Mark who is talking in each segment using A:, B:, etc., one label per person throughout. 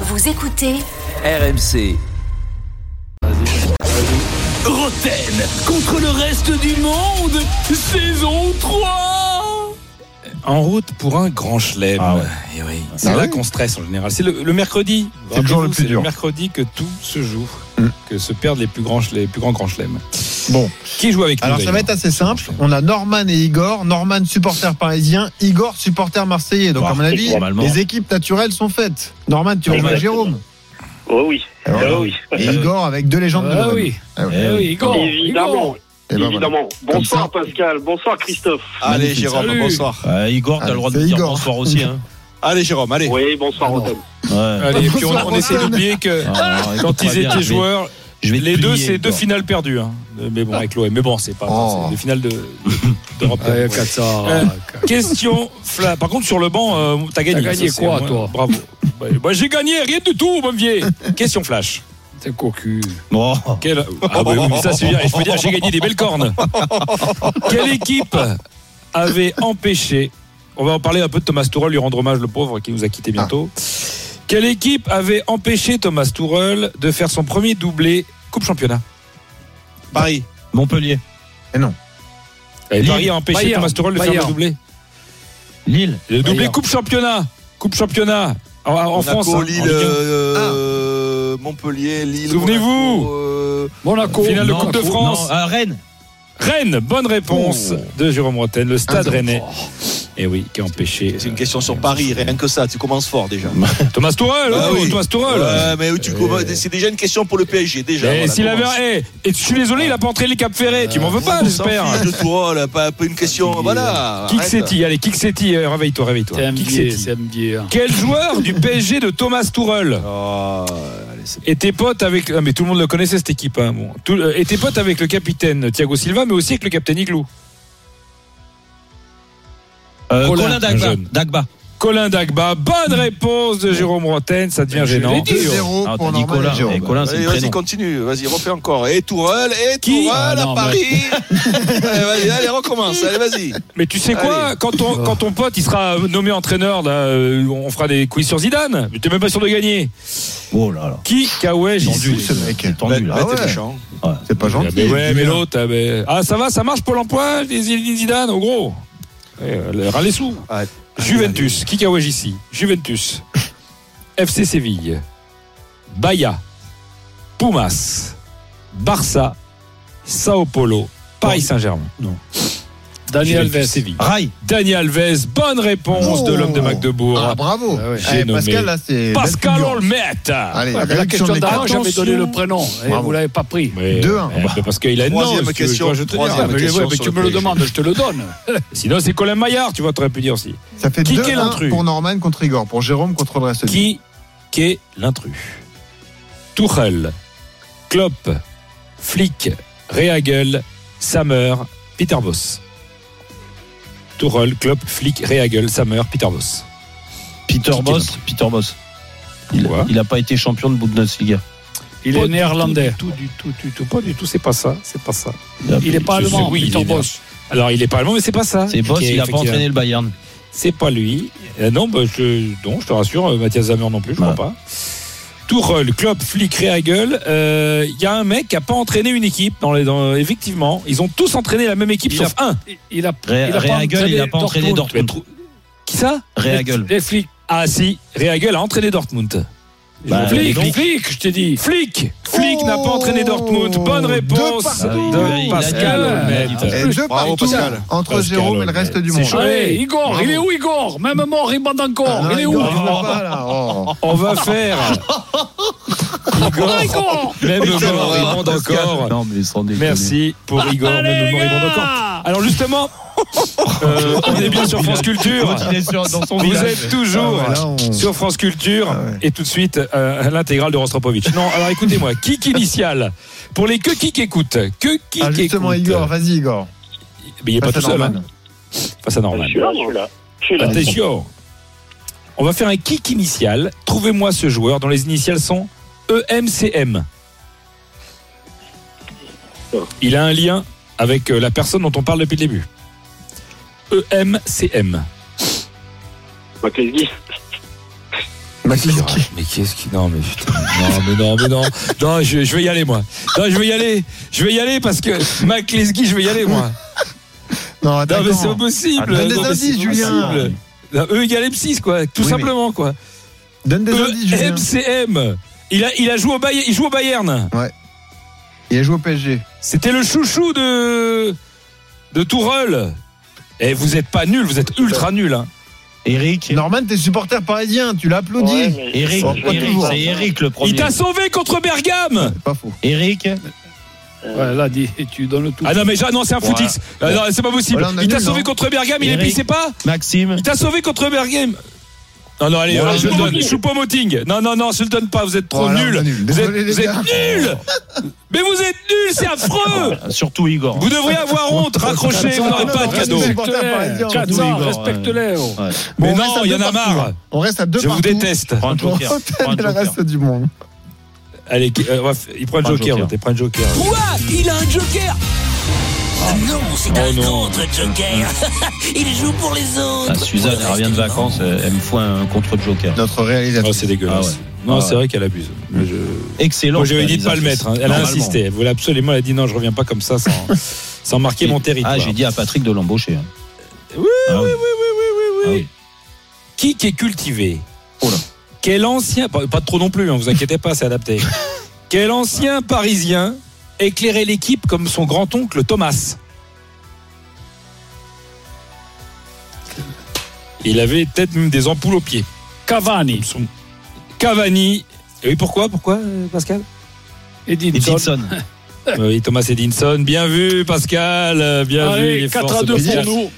A: Vous écoutez
B: RMC. Roten contre le reste du monde, saison 3
C: En route pour un grand chelem.
D: Ah ouais.
C: Eh oui. C'est là qu'on stresse en général. C'est le, le mercredi.
D: C'est le jour le
C: Rappelez-vous,
D: plus
C: c'est
D: dur.
C: mercredi que tout se joue,
D: Mm.
C: que se perdent les plus grands chelem- les plus grands grands chelems.
D: Bon,
C: Qui joue avec nous
D: alors ça va
C: d'ailleurs
D: être assez simple. On a Norman et Igor. Norman, supporter parisien. Igor, supporter marseillais. Donc,
C: Bah,
D: à mon avis,
C: normalement.
D: les équipes naturelles sont faites. Norman, tu rejoins
E: Exactement.
D: Jérôme.
E: Oh oui,
D: Alors,
E: Ah oui.
D: Et Igor avec deux légendes de
C: Ah
D: l'OM.
C: oui.
D: Ah oui.
C: Eh oui, Igor,
E: évidemment,
C: Igor.
D: Eh ben, voilà.
E: évidemment.
D: Comme ça.
E: Bonsoir Pascal, bonsoir Christophe.
F: Eh,
G: Allez
D: Magnifique.
G: Jérôme,
C: Salut.
G: bonsoir.
H: Euh, Igor, t'as
D: Ah,
H: le droit de
D: c'est
H: dire
D: Igor.
H: bonsoir aussi. Hein.
G: Allez Jérôme, allez.
E: Ah Oui,
H: Ah
E: bonsoir
D: Alors.
E: Rotem.
H: Ouais.
C: Allez, puis on,
D: Bonsoir,
C: on essaie
D: Roten.
C: d'oublier que
H: Alors, écoute,
C: quand
H: très
C: ils
H: bien, je
C: étaient
H: vais-
C: joueurs,
H: je vais te
C: les deux,
H: plier,
C: c'est deux
H: Igor.
C: finales perdues. hein. Mais bon, avec l'OM. Mais bon, c'est pas.
D: Ah. Oh.
C: c'est Des finales de- d'Europe. Ouais. Euh,
F: Eh.
C: Question fla- Par contre, sur le banc, euh, t'as gagné.
F: T'as gagné
C: Ça, c'est
F: quoi,
C: moins-
F: toi
C: Bravo. Bah, bah, j'ai gagné, rien du tout, mon vieil. Question flash.
F: T'es cocu.
H: Bon.
C: Quelle- Ah oui, oui, mais ça, c'est bien. Et je peux dire, j'ai gagné des belles cornes. Quelle équipe avait empêché. On va en parler un peu de Thomas Tourel, lui rendre hommage, le pauvre, qui nous a quitté bientôt. Quelle équipe avait empêché Thomas Tourel de faire son premier doublé Coupe Championnat
G: Paris.
H: Montpellier,
C: Et
H: Lille.
C: Paris a empêché
F: Bayern.
C: Thomas Tourel de faire
F: Bayern.
C: le doublé.
H: Lille,
C: Le doublé
F: Bayern.
C: Coupe Championnat Coupe Championnat en, en France. hein,
G: Monaco,
C: en
G: Lille,
C: Ligue un.
G: euh, Montpellier, Lille.
C: Souvenez-vous.
G: Monaco, euh,
F: Monaco.
C: Finale de
H: Non,
C: Coupe de
H: non,
C: France.
H: euh, Rennes.
C: Rennes, bonne réponse
G: Oh.
C: de Jérôme Rotten, le stade
D: Un zéro.
C: rennais. Et oui, qui a empêché. euh,
G: C'est une question sur Paris, rien que ça. Tu commences fort déjà.
C: Thomas Tourel,
G: Ah
C: oh,
G: oui.
C: Thomas Tourel.
G: Ouais, mais tu commences- c'est déjà une question pour le PSG déjà.
C: Eh,
G: voilà,
C: s'il avait,
G: commence.
C: eh, et je suis désolé, il a pas entré les Cap Ferré. Tu m'en veux pas,
G: On
C: j'espère.
G: s'en fiche De toi, là, pas, pas une question. Voilà.
C: Kick
G: arrête.
C: Seti, allez, Kick Seti, euh, réveille-toi, réveille-toi.
F: C'est un
C: Kick
F: biais,
C: Seti.
F: c'est un biais, hein.
C: Quel joueur du PSG de Thomas Tourel
G: Oh,
C: Ah,
G: allez, c'est-
C: était pote avec. Ah, mais tout le monde le connaissait cette équipe. hein, bon. Tout- euh, était pote avec le capitaine Thiago Silva, mais aussi avec le capitaine Igloo.
H: Euh,
C: Colin,
H: Colin
C: un
H: Dagba.
C: jeune.
H: Dagba.
C: Colin Dagba, bonne réponse de Jérôme Rotten, ça devient
F: Mm. Je
C: gênant.
F: l'ai dit.
D: 2-0
H: Ah,
D: pour
H: t'as dit
D: Norman
H: Colin.
D: et
H: Eh,
D: Jérôme.
H: Colin, c'est
G: Allez,
H: le
G: vas-y,
H: prénom.
G: continue. Vas-y, refais encore. Et Tourelle, et Tourelle
F: Ah, non, mais-
G: à Paris. Eh, vas-y, allez, recommence. Allez, vas-y.
C: Mais tu sais quoi,
G: Allez.
C: quand, on, quand ton pote il sera nommé entraîneur, là, euh, on fera des quiz sur Zidane. Mais t'es même pas sûr de gagner.
H: Oh là là.
C: Qui, Kawesh
H: Ils sont
D: Tendu, ce mec.
H: C'est tendu,
G: Bah,
H: là.
G: bah,
D: Ah
G: t'es
D: ouais.
G: méchant.
D: C'est pas
C: Ah,
D: gentil.
C: mais ouais, mais l'autre, ah, mais- ah ça va, ça marche Pôle emploi, les les Zidane, au gros. Eh, euh, Râlez sous.
G: Ouais.
C: Juventus, Kikawaj ici. Juventus, FC Séville, Bahia, Pumas, Barça, Sao Paulo, Paris Saint-Germain.
F: Daniel
C: Juventus,
F: Alves.
C: Séville.
H: Rai.
C: Dani Alves, bonne réponse de l'homme de Magdebourg.
D: Ah, bravo.
F: Ah ouais.
D: Eh,
C: J'ai nommé
D: Pascal, là, c'est.
C: Pascal
D: belle figure.
C: Olmert.
F: Ouais,
D: Allez,
F: mais la
D: réduction
F: question
D: de l'écart.
F: d'avant, j'avais donné le prénom. Et
D: Bravo.
F: vous l'avez pas pris.
C: Mais-
D: Deux, un.
C: Eh ben, parce qu'il a une
G: Bah, Troisième
C: nose, tu veux
G: question,
C: quoi, je te dis.
G: troisième.
F: Ah, mais,
G: question
F: ouais, mais
G: sur
F: tu
G: le
F: me le
G: PSG.
F: demandes, je te le donne.
C: Sinon, c'est Colin Maillard, tu vois, t'aurais pu dire aussi.
D: Ça fait
C: Qui est
D: 2-1
C: l'intrus
D: pour Norman contre Igor. Pour Jérôme contre le reste du
C: Qui qu'est l'intrus Tuchel, Klopp, Flick, Rehagel, Sammer, Peter Boss. Tuchel, Klopp, Flick, Rehagel, Sammer, Peter Boss.
H: Peter
C: Qui
H: Boss. Peter Boss. Il,
C: Quoi
H: il a pas été champion de Bundesliga.
F: Il est néerlandais.
C: Tout, du tout, du tout, pas du tout, c'est pas ça, c'est pas ça.
F: Il n'est pas
C: Je
F: allemand,
C: sais, oui, il
F: Peter
C: est
F: Boss.
C: Alors, il est pas allemand, mais c'est pas ça.
H: C'est Boss,
C: Qui est-
H: il a pas
C: qui est-
H: entraîné le Bayern.
C: C'est pas lui. Euh, non, bah, je, non, je te rassure, euh, Mathias Zamer non plus, je crois
H: Ouais.
C: pas. Tourelle, Klopp, Flick, Rehagel. Il Euh, y a un mec qui a pas entraîné une équipe. Dans les, dans- effectivement, ils ont tous entraîné la même équipe
F: Il
C: sauf un.
F: Il- Il a
H: Ré-
F: il a pas
H: Rehagel, il a pas entraîné
C: Mais
H: Dortmund.
C: trou- Qui ça
H: Rehagel.
F: Les flics.
C: Ah si, Rehagel a entraîné Dortmund.
H: Bah,
C: Flick,
H: dis donc.
C: Flick, je t'ai dit. Flick, Flick n'a pas entraîné Dortmund. Bonne
D: Deux
C: réponse
D: partout.
H: Ah oui, il a
C: de
H: dit-
C: Pascal
F: il a dit-
C: Olmert.
D: Et deux
G: Bravo,
D: partout
G: Pascal.
D: entre
C: Pascal
D: Jérôme et le
C: Olmert.
D: reste du
C: C'est
D: monde.
C: chaud.
F: Allez, Igor,
D: Bravo.
F: il est où Igor Même mort, il bande
D: Ah,
F: encore.
D: non,
F: il est où
D: Igor, il va pas, là. Oh.
C: On va faire
F: Ah, Igor
C: même
G: Oui, c'est
C: mort,
G: vrai.
C: il demande
H: Pascal.
C: encore.
H: Non, mais sans déconner.
C: Merci pour Igor,
F: Allez,
C: même
F: les
C: mort, il demande encore.
F: gars
C: Alors justement, euh, on est bien sur France Culture.
H: Quand il est sur- dans son
C: Vous
H: village.
C: êtes toujours
D: Ah ouais, là, on-
C: sur France Culture
D: Ah ouais.
C: et tout de suite euh, l'intégrale de Rostropovitch. Non, alors écoutez-moi, kick initial pour les que kick écoute, que kick
D: Ah, justement,
C: écoute.
D: Igor, vas-y, Igor.
C: Mais il est pas
D: Face
C: tout
D: à
C: seul, hein,
D: Norman.
C: face à
H: Ah,
E: Je
C: Norman.
E: suis là, je suis là. Je suis là.
C: Attention, on va faire un kick initial. Trouvez-moi ce joueur dont les initiales sont E EMCM. Il a un lien avec euh, la personne dont on parle depuis le début. E EMCM.
E: Mackenzie.
D: McLeod.
C: Ah, Mais qu'est-ce qui. Non, mais putain. Non, mais non, mais non. Non, je, je vais y aller, moi. Non, je vais y aller. Je vais y aller parce que Mac Lesguy, je vais y aller, moi.
D: Non,
C: Non, mais c'est
D: attends.
C: impossible.
D: Donne des
C: Non, mais c'est
D: indices, Julien.
C: impossible. Non, E égale M6, quoi. Tout
D: Oui, mais-
C: simplement, quoi.
D: Donne
C: Euh,
D: des indices, Julien.
C: EMCM. Il a, il a joué au Bayern. Il joue au Bayern.
D: Il a joué au PSG.
C: C'était le chouchou de. de Tourelle. Et vous êtes pas nul, vous êtes ultra nul. Hein.
H: Eric.
D: Norman, t'es supporter parisien, tu l'applaudis.
E: Ouais, mais-
H: Eric,
E: Bon, pas
H: Eric,
E: toujours.
H: c'est Eric le
C: Il
H: premier.
C: t'a sauvé contre Bergame.
D: C'est pas faux.
H: Eric,
F: Ouais, là, dis, tu donnes le tout.
C: Ah non, mais ja- non, c'est un footix. Ah non, c'est pas possible.
D: Voilà, on a
C: il t'a
D: nul,
C: sauvé
D: non
C: contre Bergame, il est
H: Eric.
C: pissé pas
H: Maxime,
C: Il t'a sauvé contre Bergame. Non, non, allez,
H: Bon,
C: euh,
H: là,
C: je
H: je
C: le
H: le
C: donne. Choupo-Moting. Non, non, non, je le donne pas, vous êtes trop
D: Voilà, Oh, on
C: nuls.
D: est nuls.
C: Vous êtes,
D: Désolé, les
C: vous êtes
D: gars.
C: nuls Mais vous êtes nuls, c'est affreux
H: surtout Igor.
C: Vous devriez avoir honte, raccrochez, vous n'aurez pas de cadeau.
F: Respecte-les.
H: Surtout
F: Kaza,
H: Igor, ouais.
F: respecte-les. oh.
H: Ouais.
C: Mais
D: on
C: non,
D: reste à
C: il y
D: deux
C: en a
D: partout,
C: marre.
D: là. On reste à deux
C: Je vous
D: partout.
C: déteste. hein,
H: Prends un
D: On
H: joker. Prends un
D: le
H: joker.
D: reste du monde.
C: Allez, qui- euh, on va f- il prend le
H: Prends un
C: joker,
H: joker.
C: t'es prends le joker.
B: Quoi Il a un joker Non, c'est
C: Oh
B: un
C: non.
B: contre-joker. Il joue pour les autres.
H: Ah, Suzanne, elle revient de vacances, elle elle me fout un contre Joker.
D: Notre
C: Oh,
D: réalisateur.
C: c'est dégueulasse.
H: Ah
C: Non,
H: Ah
C: c'est
H: ouais.
C: vrai qu'elle abuse. Mais je-
H: Excellent.
C: Moi, je lui ai dit de
H: réalisatrice.
C: pas le mettre. hein. Elle a
H: Normalement.
C: insisté. Elle voulait absolument. Elle a dit non, je reviens pas comme ça sans, sans marquer mon territoire.
H: Ah, j'ai dit à Patrick de l'embaucher. hein.
C: Oui,
H: Ah oui,
C: oui.
H: ah oui.
C: Qui qui est cultivé
H: Oh là.
C: Quel ancien. Pas, pas de trop non plus, hein, vous inquiétez pas, c'est adapté. Quel ancien parisien éclairait l'équipe comme son grand-oncle Thomas Il avait peut-être même des ampoules aux pieds.
F: Cavani,
C: Son- Cavani. Et oui, pourquoi Pourquoi, euh, Pascal
F: Edinson.
H: Edinson.
C: Oui, Thomas Edinson. Bien vu, Pascal. euh, Bien vu. il
F: Allez,
C: est fort,
F: 4 à
C: ce
F: 2
C: Pascal.
F: pour nous.
C: Et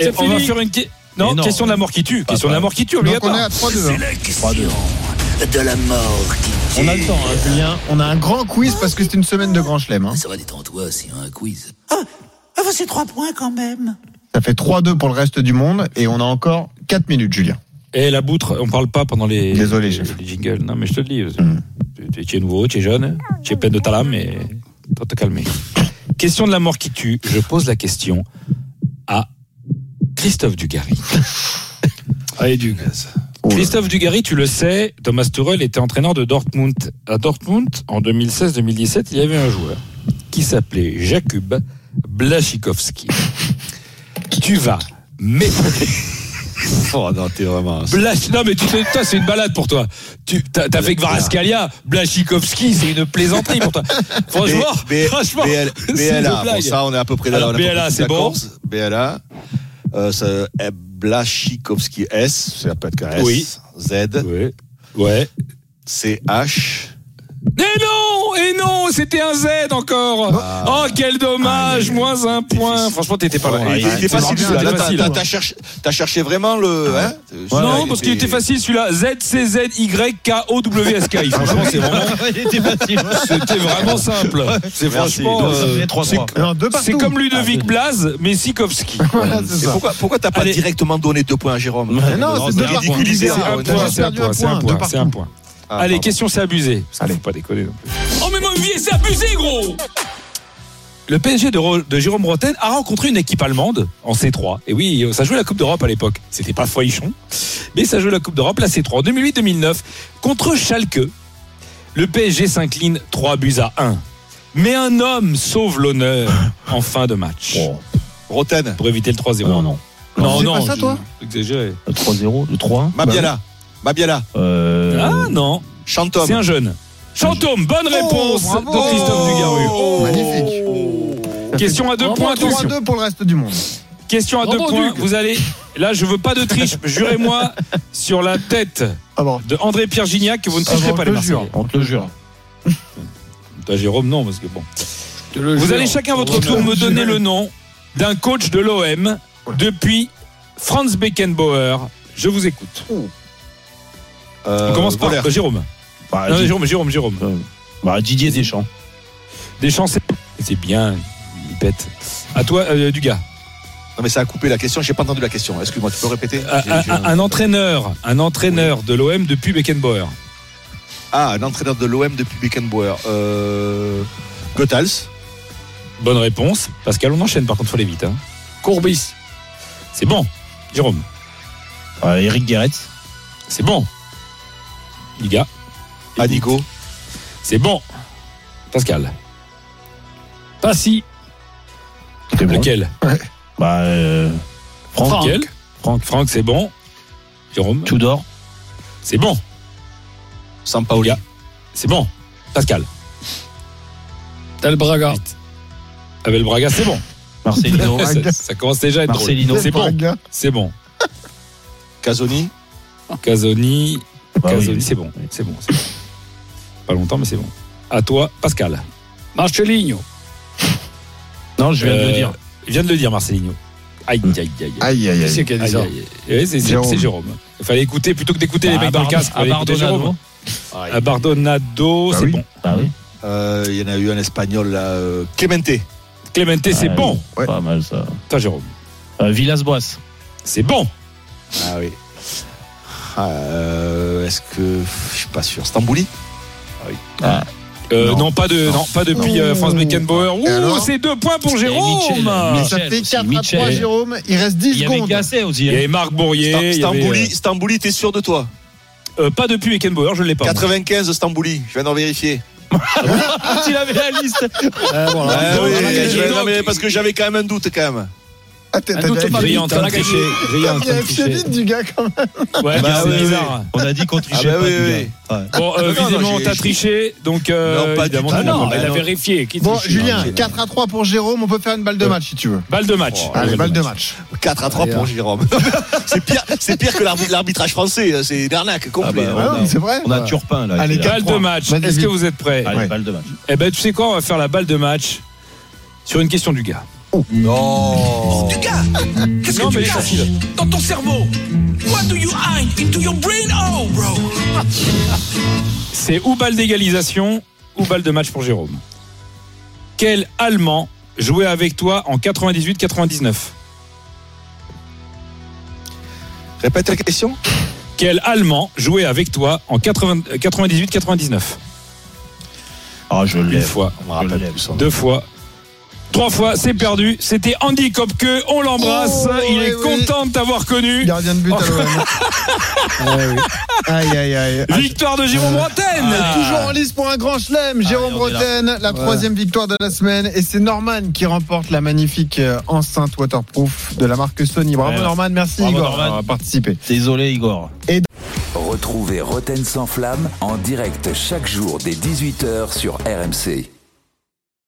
F: C'est
C: on va
F: fini.
C: faire une qui- non,
H: Mais non.
C: question de la mort qui tue. Question de la mort qui tue,
D: Donc on est
C: obligatoire.
D: à 3-2. hein.
B: la question de la mort qui
H: On a le temps, hein, Julien.
D: On a un grand quiz parce que c'est une semaine de grand chelem. hein.
B: Ça va, détends-toi, c'est un quiz.
A: Ah, bah, c'est trois points quand même.
D: Ça fait 3-2 pour le reste du monde et on a encore 4 minutes, Julien.
C: Et Eh, la boutre, on parle pas pendant les,
D: Désolé,
C: les,
D: chef.
C: les jingles. Non, mais je te le dis.
D: Mm.
C: Tu- Tu es nouveau, tu es jeune, tu es plein de talent, mais dois te calmer. question de la mort qui tue. Je pose la question à Christophe Dugarry.
F: Allez, du
D: là.
C: Christophe Dugarry, tu le sais, Thomas Tuchel était entraîneur de Dortmund. À Dortmund, en 2016-2017, il y avait un joueur qui s'appelait Jakub Blachikowski. tu vas mépriser
G: Oh non, t'es vraiment.
C: Blach... Non, mais tu sais, toi, c'est une balade pour toi. Tu t'as, t'as fait que Varascalia, Blachikowski, c'est une plaisanterie pour toi. Franchement,
G: B- B-
C: franchement,
G: BL-
C: c'est une
G: BLA, bon,
C: blague.
G: ça on est à peu près là.
C: Alors,
G: on est à peu
C: BLA,
G: près tous
C: c'est bon
G: d'accord. BLA, euh, ça, eh, Blachikowski S, c'est la peut être S.
C: Oui.
G: Z,
C: Ouais. Ouais.
G: C, H.
C: Et non, et non, c'était un Z encore.
G: Ah.
C: Oh, quel dommage, moins un point.
G: Difficile.
C: Franchement, t'étais pas loin.
G: il, il était facile
D: bien,
G: celui-là.
C: c'était
G: Là, t'as-
C: facile.
G: t'as- t'as cherché, t'as cherché vraiment le. hein
C: Ah, non,
G: Celui-là, il
C: parce qu'il était facile celui-là. Z-C-Z-Y-K-O-W-S-K. Franchement, c'est vraiment,
H: Il était facile.
C: c'était vraiment simple. C'est
G: Merci.
C: franchement.
H: Donc, ça
C: euh,
H: fait trois
C: c'est-
H: points.
D: Eh Non, deux partout.
C: c'est comme Ludovic Blaze, mais Sikowski.
D: Ah, Voilà, c'est
G: Et
D: ça.
G: pourquoi, pourquoi t'as pas
C: Allez.
G: directement donné deux points à Jérôme hein
D: Mais non, c'est deux
G: c'est
D: partout.
G: ridiculisé,
D: C'est un
G: on a
D: point,
G: juste
D: c'est un point, c'est un point, c'est un point.
G: Ah,
C: Allez,
G: pardon.
C: question, c'est abusé. Parce qu'il
D: Allez.
C: faut pas déconner non plus.
B: Oh, mais mon vieil, c'est abusé, gros
C: Le PSG de, Ro- de Jérôme Roten a rencontré une équipe allemande en C3. Et oui, euh, ça jouait la Coupe d'Europe à l'époque. C'était pas Foichon, mais ça jouait la Coupe d'Europe, la C3. En 2008-2009, contre Schalke, le PSG s'incline 3 buts à 1. Mais un homme sauve l'honneur en fin de match.
G: Roten,
C: Pour éviter le 3-0.
H: Oh, Non, non.
C: non.
D: C'est
C: non,
D: pas ça,
C: je-
D: toi
C: exagéré.
H: Le 3-0, le 3.
G: Mabiala, Mabiala,
H: Euh,
C: Bah, Ah non,
G: Chantom.
C: c'est un jeune. Chantôme, bonne réponse
D: bravo.
C: de Christophe Dugarry.
G: Oh.
D: Magnifique.
C: Question à deux
F: Bravo,
C: points, attention.
D: 3-2 pour le reste du monde.
C: Question à
F: Bravo,
C: deux points.
F: Duc.
C: Vous allez. Là, je veux pas de triche. Jurez-moi sur la tête
D: Ah bon.
C: de André Pierre Gignac que vous ne tricherez
D: Ah bon,
C: pas
D: je
C: les
D: le jure.
C: Marseillais.
H: On te le jure.
C: Toi, Jérôme, non, parce que bon. Vous allez chacun à votre tour me donner le nom d'un coach de l'OM depuis Franz Beckenbauer. Je vous écoute.
G: Euh,
C: On commence par
G: Voler.
C: Jérôme.
H: Bah,
C: Non,
H: Did-
C: Jérôme, Jérôme, Jérôme.
H: bah, Didier Deschamps.
C: Deschamps, c'est c'est bien. Il pète. À toi, euh, Dugas.
G: Non mais ça a coupé la question, j'ai pas entendu la question. Excuse-moi, tu peux répéter
C: Un,
G: J'ai- j'ai
C: un- un entraîneur, un entraîneur de l'OM depuis Beckenbauer.
G: Ah, un entraîneur de l'OM depuis Beckenbauer. Euh... Gothals.
C: Bonne réponse. Pascal, on enchaîne. Par contre, faut aller vite. hein.
F: Courbis.
C: C'est bon, Jérôme.
H: Euh, Bah, Eric Guéret.
C: C'est bon. Liga.
G: Anigo.
C: C'est bon. Pascal.
F: Passy.
H: C'est bon.
C: Lequel
H: Bah, euh, Franck,
F: Franck.
C: Lequel Franck. Franck, c'est bon. Jérôme.
H: Tudor,
C: C'est bon.
G: Sampaoli.
C: Liga. C'est bon. Pascal.
F: Del Braga.
C: Abel Braga, c'est bon.
H: Marcelino,
C: ça, ça commence déjà à être drôle.
H: Marcelino.
C: C'est bon.
D: Braga.
C: C'est bon.
G: Casoni.
C: Casoni.
H: Bah oui,
C: Casoni,
H: oui.
C: c'est bon. C'est bon. c'est bon. Pas longtemps, mais c'est bon. À toi, Pascal.
F: Marcelinho.
H: Non, je viens de le dire.
C: Il vient Euh, de le dire, Marcelinho. Aïe, aïe, aïe.
D: Aïe, aïe,
F: Qui c'est
D: aïe.
F: qui a dit
C: Aïe,
F: ça
C: aïe, aïe. Ouais, c'est- c'est
D: Jérôme.
C: c'est Jérôme. Il fallait écouter plutôt que d'écouter les
H: Bah,
C: mecs dans le casque.
H: à
C: fallait écouter
H: Bardonado.
C: Jérôme. À Bardonado,
D: Bah
C: c'est
D: oui.
C: bon.
H: Bah oui,
G: Euh, Il y en a eu un espagnol là. euh, Clemente.
C: Clemente, c'est
H: Ah,
C: bon.
D: Ouais.
H: pas mal ça.
C: Toi, Jérôme.
H: Euh, Villas-Boas,
C: C'est bon.
G: Ah oui. Ah, euh, Est-ce que. Je suis pas sûr. Stambouli
C: Euh, non.
G: Non.
C: pas de, non. pas depuis euh, Franz Beckenbauer.
D: Et
C: Ouh,
D: alors
C: c'est deux points pour
H: Et
C: Jérôme.
H: Mitchell,
D: Mais
H: Mitchell.
D: ça fait
H: aussi,
D: 4 à
H: Mitchell.
D: 3, Jérôme. Il reste
H: il
D: 10
H: y avait
D: secondes.
H: Gasset
C: Il
H: aussi.
C: y
H: hein.
C: avait Marc Bourrier.
G: Stam-
C: il y avait,
G: Stambouli, Stambouli, t'es sûr de toi
C: euh, euh, pas depuis Beckenbauer, je ne l'ai pas.
G: 95 Stambouli, je viens d'en vérifier.
H: Il avait la liste.
G: Ah
C: donc,
G: oui,
C: donc,
G: je viens-
C: donc,
G: non, mais parce que j'avais quand même un doute quand même.
D: Ah, t'as- t'as
F: Un autre
D: vérifié
F: Madrid.
D: vite,
C: Brillant, en train
F: T'as
C: de
F: gagné.
C: tricher. Brillant, en
D: Il y
C: train
D: a
C: de tricher.
D: vite du gars quand même.
C: Ouais,
G: Bah,
C: c'est
G: oui,
C: bizarre.
H: On a dit qu'on trichait
G: Ah bah
H: pas,
G: oui,
H: du gars.
G: oui,
H: Ouais.
C: Bon, euh,
G: non,
C: visiblement,
G: j'ai-
C: t'as
G: j'ai-
C: triché. Donc, euh,
G: Non, pas du
C: évidemment,
G: tout.
C: tu
F: Ah
C: comprends
F: non,
C: pas.
F: elle a vérifié. Qui
D: Bon,
F: triche
D: Julien, 4 à 3 pour Jérôme. On peut faire une balle de match si tu veux.
C: Balle de match.
D: Oh, Allez, balle de match.
G: 4 à 3 pour Jérôme. c'est pire, c'est pire que l'arbi- l'arbitrage français, euh, c'est une arnaque complète.
H: Ah bah,
D: Ah non, mais C'est vrai.
H: On a Turpin là.
D: Allez,
H: qui est là.
C: Balle
H: Ah,
C: de
D: 4-3.
C: match.
D: Vas-y,
C: Est-ce que
D: vite.
C: vous êtes prêts
H: Allez,
D: Ouais.
H: balle de match.
C: Eh ben, tu sais quoi On va faire la balle de match sur une question du gars.
G: Non.
B: Du gars, qu'est-ce
C: Non,
B: que
C: mais
B: tu caches
C: facile.
B: dans ton cerveau What do you hide into your brain? Oh, bro.
C: C'est ou balle d'égalisation ou balle de match pour Jérôme. Quel Allemand jouait avec toi en 98-99
G: Répète la question.
C: Quel Allemand jouait avec toi en 80 euh, 98-99
H: Ah, je
C: Une
H: l'ai.
C: fois,
G: On me rappelle
H: lève.
G: plus son nom.
C: deux fois, trois fois, c'est perdu. C'était Andy Kopke, on l'embrasse.
D: Oh,
C: Il
D: oui,
C: est
D: oui.
C: content de t'avoir connu.
D: Gardien de but Oh. à l'OM. Ah oui. Aïe, aïe, aïe.
C: Victoire de Jérôme
D: Ah.
C: Bretagne
D: Toujours
H: Ah.
D: en lice pour un grand chelem, Jérôme
H: on est là.
D: Bretagne, la troisième victoire de la semaine. Et c'est Norman qui remporte la magnifique euh, enceinte waterproof de la marque Sony. Bravo
H: Ouais.
D: Norman, merci
H: Bravo,
D: Igor
H: Norman.
D: d'avoir participé.
H: Désolé, Igor.
I: Retrouvez Roten sans flamme en direct chaque jour dès 18h sur RMC.